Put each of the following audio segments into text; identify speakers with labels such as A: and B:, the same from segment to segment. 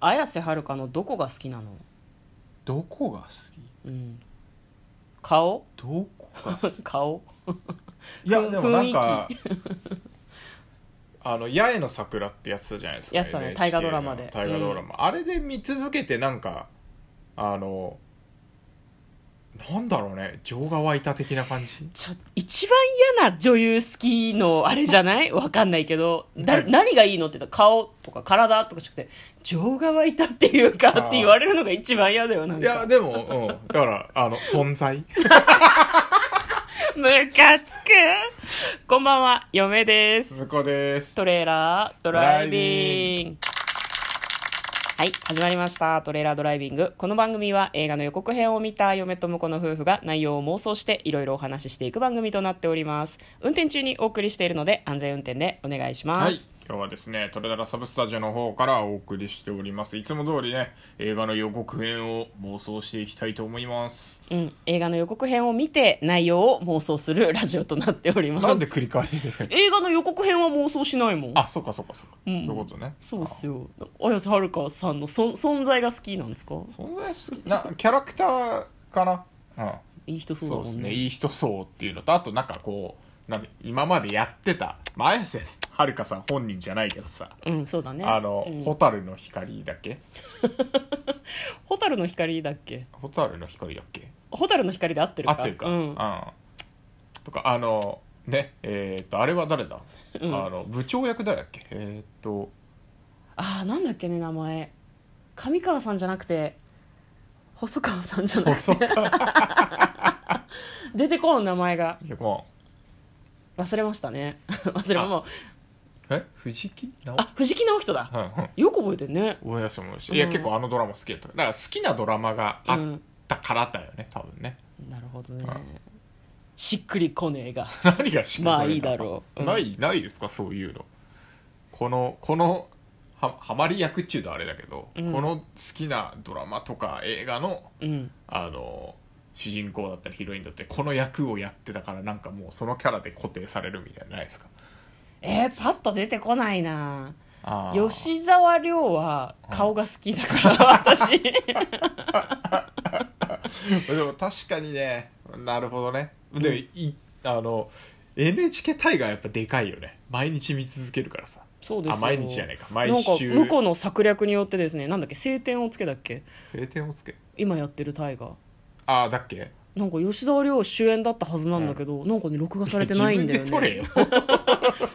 A: 綾瀬はるかのどこが好きなの
B: どこが好
A: うん 顔
B: きどこが好き
A: 顔
B: いや
A: ふん
B: でもなんか あの八重の桜ってやつじゃないですか
A: やつだね
B: NHK の
A: 大河ドラマで
B: 大河ドラマ、あれで見続けてなんかあのなんだろうね情が湧いた的な感じ
A: ちょ一番嫌な女優好きのあれじゃ ないわかんないけどだ
B: はい
A: 何がいいのって言ったら顔とか体とかしくて情が湧いたっていうか
B: あー
A: って言われるのが一番嫌だよなん
B: い
A: か
B: やでも、うん、だからあの存在
A: ムカつくこんばんは嫁です
B: 向こうです
A: トレーラードライビングはい始まりましたトレーラードライビングこの番組は映画の予告編を見た嫁と婿の夫婦が内容を妄想していろいろお話ししていく番組となっております運転中にお送りしているので安全運転でお願いします、
B: はい今日はですねトレダラサブスタジオの方からお送りしておりますいつも通りね映画の予告編を妄想していきたいと思 います
A: うん、映画の予告編を見て内容を妄想するラジオとなっております
B: なんで繰り返してる
A: 映画の予告編は妄想しないもん
B: あそうかそうかそうか、
A: うん
B: そういうことね
A: そうっすよ綾瀬はるかさんのそ存在が好きなんですか
B: そんな好きなキャラクターかなうん
A: いい人そうだ
B: そう
A: も
B: です
A: んね
B: ねいい人層っていうのとあとなんかこうなん今までやってた、まあ、綾瀬はるかさん本人じゃないけどさ、
A: うんそうだね
B: あの、
A: うん
B: 蛍の光だっけ
A: 蛍の光だっけ
B: 蛍の光だっけ
A: 蛍の光で合ってる
B: 合
A: か
B: ってるか、
A: うん、
B: とかあのねえーっとあれは誰だ、
A: うん
B: あの部長役誰だっけえーっと
A: ああなんだっけね名前上川さんじゃなくて細川さんじゃなく
B: 細
A: て
B: 川
A: 出てこん名前が
B: も
A: 忘れましたね 忘れ
B: あ
A: もう
B: うえ藤木直
A: あ藤木直人だ
B: うんうん
A: よく覚えてるね
B: 思い出して思い出して
A: うん
B: いや、結構あのドラマ好きだっただから好きなドラマがあ
A: う
B: っ
A: ん
B: たからだよね、多分ね
A: なるほどね
B: あ
A: しっくりこねえが
B: 何がし
A: まあいいだろううん
B: ないないですかそういうのこのこのはハマり役っちゅうとあれだけど、
A: うん
B: この好きなドラマとか映画の
A: うん
B: あの主人公だったりヒロインだったりこの役をやってたからなんかもうそのキャラで固定されるみたいなのないですか
A: えー、パッと出てこないな
B: あー
A: 吉沢亮は顔が好きだから私
B: でも確かにねなるほどねでも、いあの NHK タイガーやっぱでかいよね毎日見続けるからさ
A: そうです
B: あ
A: よ
B: 毎日じゃないか毎
A: なんか
B: 週
A: 向こうの策略によってですねなんだっけ晴天をつけだっけ
B: 晴天をつけ
A: 今やってる大河
B: ああだっけ
A: なんか吉沢亮主演だったはずなんだけど、なんかね録画されてないんだよね
B: 自分で撮れよ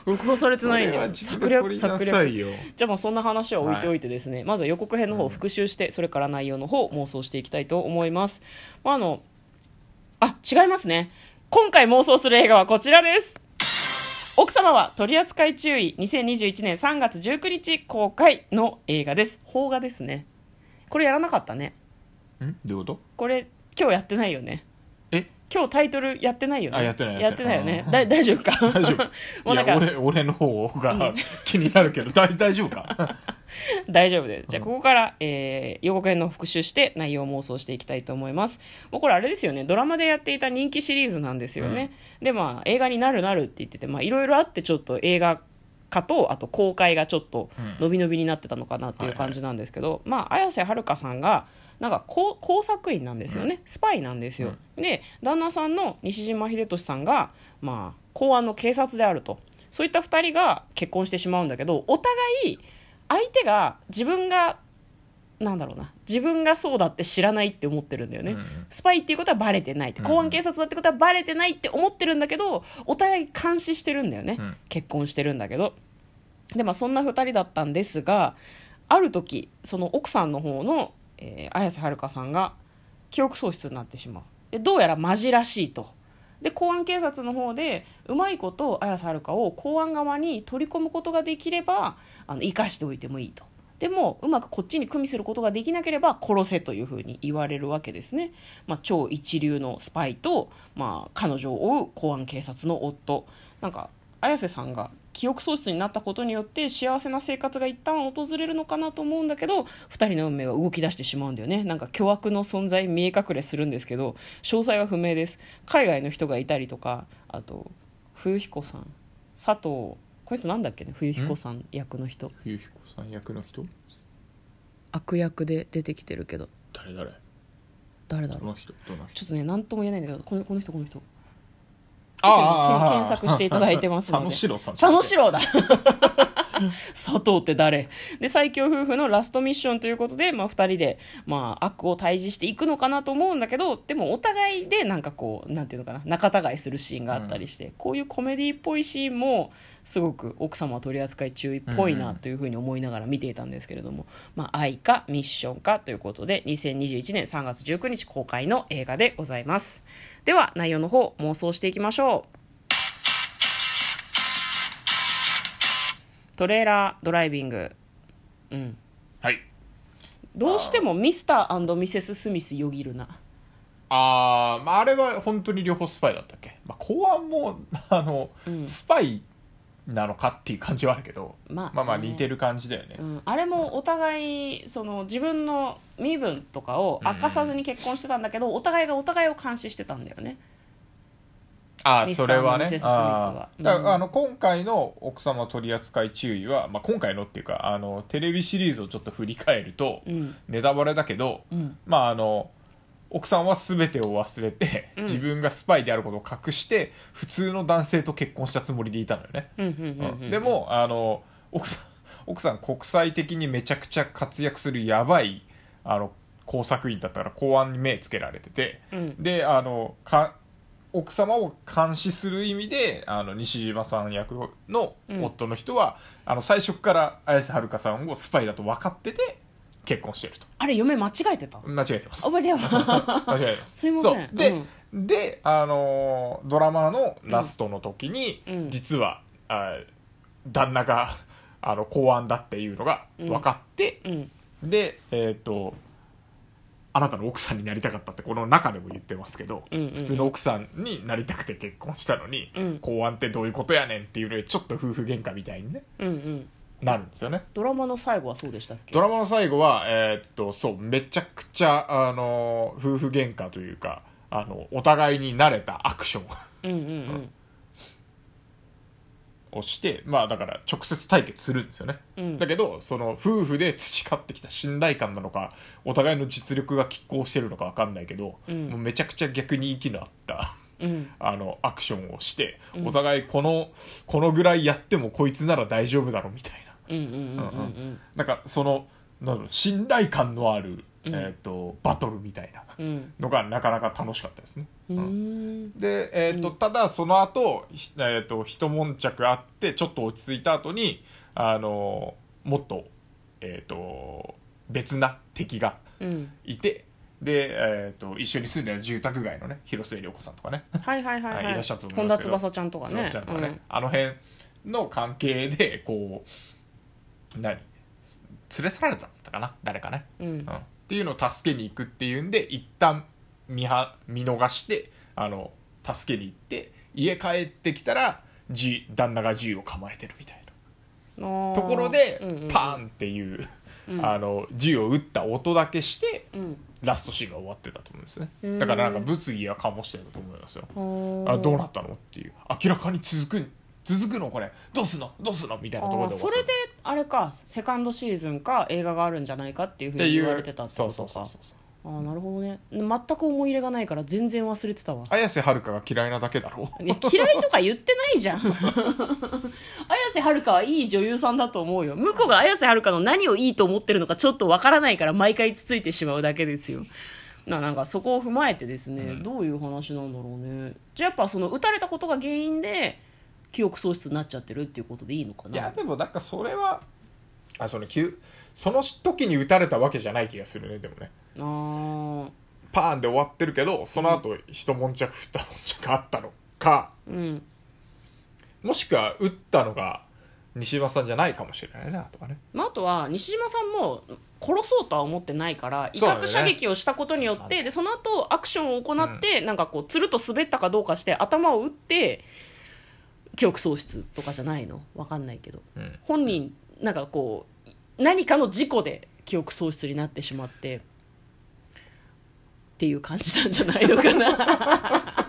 A: 録画されてないんだ
B: それは
A: よ
B: 自
A: 策
B: 分で撮
A: 略
B: りな
A: 策
B: さ
A: 略
B: いよ
A: じゃあまあそんな話は置いておいてですね、まずは予告編の方を復習して、それから内容の方を妄想していきたいと思います、まあ、あのあ違いますね今回妄想する映画はこちらです奥様は取扱い注意2021年3月19日公開の映画です邦画ですねこれやらなかったね
B: んどういうこと
A: これ今日やってないよね
B: え
A: 今日タイトルやってないよね
B: あやってない
A: や
B: や
A: っ
B: ってて
A: な
B: ないい
A: よね
B: うん
A: だ 大丈夫か
B: 大丈
A: もう
B: 夫 い
A: なん
B: や
A: か
B: 俺俺の方が気になるけど大大丈夫 か
A: 大丈夫です。じゃあ、
B: うん
A: ここから、えー、予告編の復習して内容を妄想していきたいと思います。もうこれあれですよね、ドラマでやっていた人気シリーズなんですよね。で、まあ、映画になるなるって言ってて、まあ、いろいろあって、ちょっと映画化と、あと公開がちょっと
B: うん
A: 伸び伸びになってたのかなっていう
B: はいはい
A: 感じなんですけど、まあ、綾瀬はるかさんが、なんか工工作員なんですよね、スパイなんですよ、で旦那さんの西島秀俊さんが、まあ、公安の警察であるとそういった2人が結婚してしまうんだけどお互い相手が自分がなんだろうな自分がそうだって知らないって思ってるんだよね、
B: うんうん
A: スパイっていうことはバレてないって公安警察だってことはバレてないって思ってるんだけどお互い監視してるんだよね、
B: うん
A: 結婚してるんだけどでまあそんな2人だったんですがある時その奥さんの方の、えー綾瀬はるかさんが記憶喪失になってしまうでどうやらマジらしいとで公安警察の方でうまいこと綾瀬はるかを公安側に取り込むことができればあの生かしておいてもいいとでもうまくこっちに組みすることができなければ殺せというふうに言われるわけですね、まあ、超一流のスパイと、まあ、彼女を追う公安警察の夫なんか綾瀬さんが記憶喪失になったことによって幸せな生活が一旦訪れるのかなと思うんだけど2人の運命は動き出してしまうんだよねなんか巨悪の存在見え隠れするんですけど詳細は不明です海外の人がいたりとかあと冬彦さん佐藤これとなんだっけね冬彦さん役の人
B: 冬彦さん役の人
A: 悪役で出てきてるけど
B: 誰誰
A: 誰だ
B: ど
A: ろう
B: の人どの
A: ちょ
B: 人
A: っとね何とも言えないんだけどこのこの人この人
B: あ
A: 検索していただいてますので
B: 佐野史郎さん
A: 佐野史郎だ 佐藤って誰で最強夫婦のラストミッションということで、まあ、2人で、まあ、悪を退治していくのかなと思うんだけどでもお互いでなんかこうなんていうのかな仲違いするシーンがあったりして、こういうコメディっぽいシーンもすごく奥様は取り扱い注意っぽいなというふうに思いながら見ていたんですけれども、まあ、愛かミッションかということで2021年3月19日公開の映画でございますでは内容の方妄想していきましょうトレーラードライビングうん
B: はい
A: どうしてもミスターミセス・スミスよぎるな
B: あー、まああれは本当に両方スパイだったっけ、まあ、公安も あの、
A: うん
B: スパイなのかっていう感じはあるけど
A: まあ
B: まあまあ
A: ね
B: 似てる感じだよね、
A: うん、あれもお互いその自分の身分とかを明かさずに結婚してたんだけど、お互いがお互いを監視してたんだよね
B: ああ
A: ミスター
B: それはね
A: ミセススミスは
B: あーだから
A: うん
B: あの今回の奥様取扱い注意は、まあ、今回のっていうかあのテレビシリーズをちょっと振り返ると、
A: うん
B: ネタバレだけど、
A: うん
B: まああの奥さんは全てを忘れて、
A: うん
B: 自分がスパイであることを隠して普通の男性と結婚したつもりでいたのよね、
A: うんうんうんうん
B: でもあの奥さん奥さん国際的にめちゃくちゃ活躍するやばいあの工作員だったから公安に目つけられてて、
A: うん
B: であのか奥様を監視する意味であの西島さん役の
A: うん
B: 夫の人は、あの最初から綾瀬はるかさんをスパイだと分かってて結婚してると
A: あれ嫁間違えてた
B: 間違えてま す
A: あれは
B: 間違えてます
A: すいませ
B: そ
A: ん
B: うで、であのードラマのラストの時に、
A: うんうん
B: 実はあー旦那が あの公安だっていうのが分かって、
A: うんうん
B: でえっ、とあなたの奥さんになりたかったってこの中でも言ってますけど、
A: うんうんうん
B: 普通の奥さんになりたくて結婚したのに、
A: うん
B: 公安ってどういうことやねんっていうのでちょっと夫婦喧嘩みたいに、ね、
A: うんうん
B: なるんですよね
A: ドラマの最後はそうでしたっけ
B: ドラマの最後は、えーっとそうめちゃくちゃあの夫婦喧嘩というかあのお互いに慣れたアクション
A: うんうんうん
B: をしてまあだから直接対決するんですよね、
A: うん
B: だけどその夫婦で培ってきた信頼感なのかお互いの実力が拮抗してるのか分かんないけど、
A: うん
B: もうめちゃくちゃ逆に息の合った。
A: うん
B: あのアクションをして、
A: うん
B: お互いこのこのぐらいやってもこいつなら大丈夫だろうみたい
A: うんうんうんうんうん
B: ななんかそのなんだろう信頼感のある、
A: うん
B: えー、とバトルみたいな
A: うん
B: のがなかなか楽しかったですね。
A: うーん
B: で、えーと
A: うん
B: ただその後、ひえー、と一悶着あってちょっと落ち着いた後にあのもっと,、えー、と別な敵が
A: うん
B: いてで、えー、と一緒に住んでる住宅街のね広末涼子さんとかね
A: はいはいはい
B: は
A: はい
B: い
A: い
B: らっしゃると思
A: 本
B: います
A: 田
B: けど
A: 翼ちゃんとか
B: そう
A: ね
B: したとかねあの辺の関係でこう何連れ去られたんだったかな誰かね、
A: うんうん
B: うん、っていうのを助けに行くっていうんで一旦見は見逃してあの助けに行って家帰ってきたらじ旦那が銃を構えてるみたいなと
A: と
B: ころで、パーンっていう、
A: うん
B: あの銃を撃った音だけして
A: ン
B: ラストシーンが終わってたと思うんですね
A: へー
B: だからなんか物議は醸してたと思いますよあ
A: あ
B: どうなったのっていう明らかに続く続くのこれどうすんのどうすんのみたいなところ
A: あ
B: で
A: ー
B: 終わ
A: そ
B: っ
A: れ
B: て
A: であれかセカンドシーズンか映画があるんじゃないかっていうふう
B: たって
A: に
B: いう
A: 言われてたって
B: そ
A: こ
B: うそ
A: と
B: うそう
A: か
B: そう
A: ああなるほどね全く思い入れがないから全然忘れてたわ
B: 綾瀬はるかが嫌いなだけだろう
A: いや嫌いとか言ってないじゃん 綾瀬はるかはいい女優さんだと思うよ向こうが綾瀬はるかの何をいいと思ってるのかちょっとわからないから毎回つついてしまうだけですよななんかそこを踏まえてですね、
B: うん
A: どういう話なんだろうねじゃあやっぱその打たれたことが原因で記憶喪失になっちゃってるっていうことでいいのか
B: いや
A: な
B: でもなんかそれはあその急その時に打たれたわけじゃない気がするねでもね
A: あー
B: パーンで終わってるけどその後一悶着二悶着あったのか
A: うん
B: もしくは打ったのが西島さんじゃないかもしれないなとかね
A: まあ、あとは西島さんも殺そうとは思ってないから威
B: そうなんだよ
A: 嚇
B: ね
A: 射撃をしたことによって
B: そう
A: でその後アクションを行って、なんかこうつると滑ったかどうかして頭を打って記憶喪失とかじゃないのわかんないけど
B: うん
A: 本人なんかこう何かの事故で記憶喪失になってしまってっていう感じなんじゃないのかな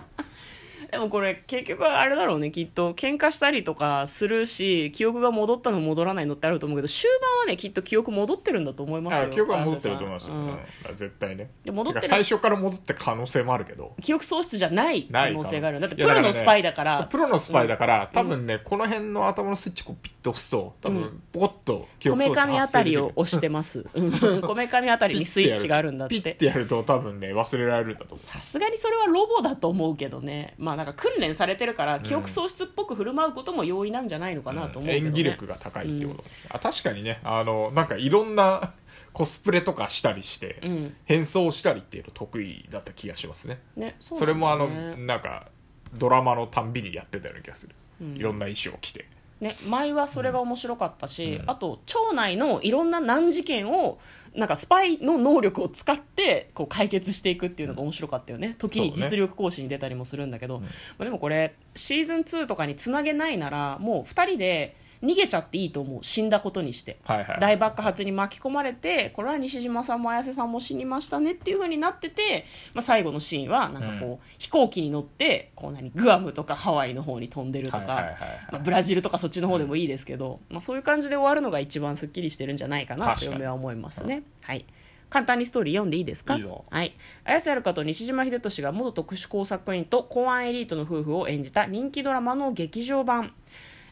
A: でもこれ結局あれだろうねきっと喧嘩したりとかするし記憶が戻ったの戻らないのってあると思うけど終盤はねきっと記憶戻ってるんだと思います
B: あ
A: よ
B: 記憶は戻ってると思いますよ、
A: う
B: うんん絶対ね
A: いや戻ってる
B: てか最初から戻って可能性もあるけど
A: 記憶喪失じゃない
B: な
A: 可
B: い
A: 能性があるだって
B: い
A: プ
B: やだ
A: ロ
B: から
A: の
B: ね
A: スパイだから
B: そうプロのスパイだから、
A: うん
B: 多分ねこの辺の頭のスイッチこうピッと押すと多
A: う
B: 分ポコッと記
A: こ
B: 憶
A: め
B: 喪失
A: かみあ
B: 発
A: た
B: 生でき
A: り
B: る
A: を押してます うんこめかみあたりにスイッチがあるんだっ
B: ピッ
A: て
B: てやると多分ね忘れられるんだと思う
A: さすがにそれはロボだと思うけどねまあなんか訓練されてるから記憶喪失っぽく振る舞うことも容易なんじゃないのかなと思うけど、ね
B: 演技力が高いってこと、あ確かにねあのなんかいろんな コスプレとかしたりして、
A: うん
B: 変装したりっていうの得意だった気がしますね
A: ね
B: そう
A: なんだよね
B: れもあのなんかドラマのたんびにやってたような気がする、
A: うん
B: いろんな衣装を着て
A: ね、前はそれが面白かったし、
B: うん
A: あと町内のいろんな難事件をなんかスパイの能力を使ってこう解決していくっていうのが面白かったよね時に
B: そうね
A: 実力行使に出たりもするんだけど、まあ、でもこれシーズン2とかにつなげないならもう2人で逃げちゃっていいと思う死んだことにして。
B: はいは い
A: 大爆発に巻き込まれてこれは西島さんも綾瀬さんも死にましたねっていう風になってて、まあ、最後のシーンはなんかこう、
B: う
A: 飛行機に乗ってこう何グアムとかハワイの方に飛んでるとか、
B: はいはいはい
A: まあ、ブラジルとかそっちの方でもいいですけど、まあ、そういう感じで終わるのが一番すっきりしてるんじゃないかなと
B: 確かに
A: 嫁は思いますね。はい簡単にストーリー読んでいいですか
B: いいよ
A: はい、綾瀬はるかと西島秀俊が元特殊工作員と公安エリートの夫婦を演じた人気ドラマの劇場版、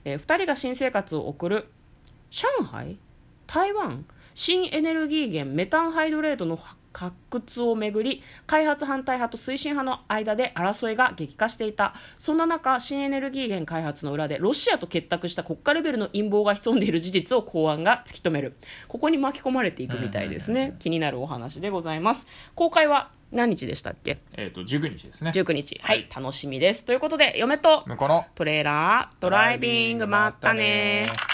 A: え2人が新生活を送る上海台湾新エネルギー源メタンハイドレートの発掘をめぐり開発反対派と推進派の間で争いが激化していたそんな中新エネルギー源開発の裏でロシアと結託した国家レベルの陰謀が潜んでいる事実を公安が突き止めるここに巻き込まれていくみたいです
B: うんうん
A: ね気になるお話でございます公開は何日でしたっけ
B: えっ、と19日ですね
A: 19日はい、
B: はい
A: 楽しみですということで嫁と
B: 向こうの
A: トレーラードライビングまったね
B: またね